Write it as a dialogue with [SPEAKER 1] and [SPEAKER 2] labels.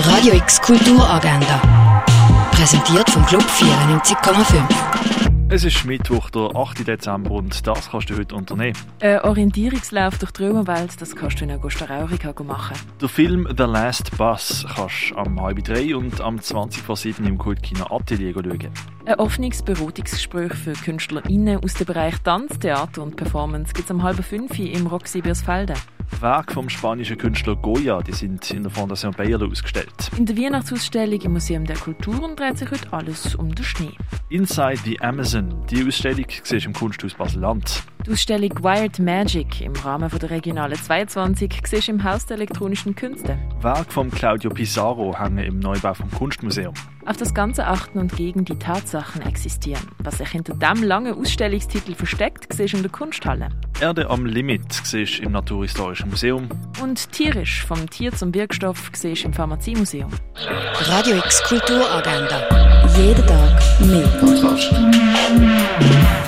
[SPEAKER 1] Radio X Kulturagenda. Präsentiert vom Club 94,5.
[SPEAKER 2] Es ist Mittwoch, der 8. Dezember und das kannst du heute unternehmen.
[SPEAKER 3] Ein Orientierungslauf durch die Römerwelt, das kannst du in Augusta Raurica machen.
[SPEAKER 2] Der Film «The Last Bus» kannst du am halb drei und am 20 vor sieben im Kultkino Atelier schauen.
[SPEAKER 3] Ein offenes Beratungsgespräch für KünstlerInnen aus dem Bereich Tanz, Theater und Performance gibt es um halb fünf im Roxy Biersfelde.
[SPEAKER 2] Die Werke vom spanischen Künstler Goya die sind in der Fondation Bayer ausgestellt.
[SPEAKER 3] In der Weihnachtsausstellung im Museum der Kulturen dreht sich heute alles um den Schnee.
[SPEAKER 2] «Inside the Amazon» die Ausstellung siehst du im Kunsthaus Basel-Land.
[SPEAKER 3] Die Ausstellung Wired Magic im Rahmen von der Regionale 22 siehst du im Haus der elektronischen Künste.
[SPEAKER 2] Werke von Claudio Pizarro hängen im Neubau vom Kunstmuseum.
[SPEAKER 3] Auf das Ganze achten und gegen die Tatsachen existieren. Was sich hinter dem langen Ausstellungstitel versteckt, siehst du in der Kunsthalle.
[SPEAKER 2] «Erde am Limit» siehst du im Naturhistorischen Museum.
[SPEAKER 3] Und tierisch, vom Tier zum Wirkstoff, siehst du im Pharmaziemuseum.
[SPEAKER 1] Radio X Kulturagenda. Jeden Tag mehr.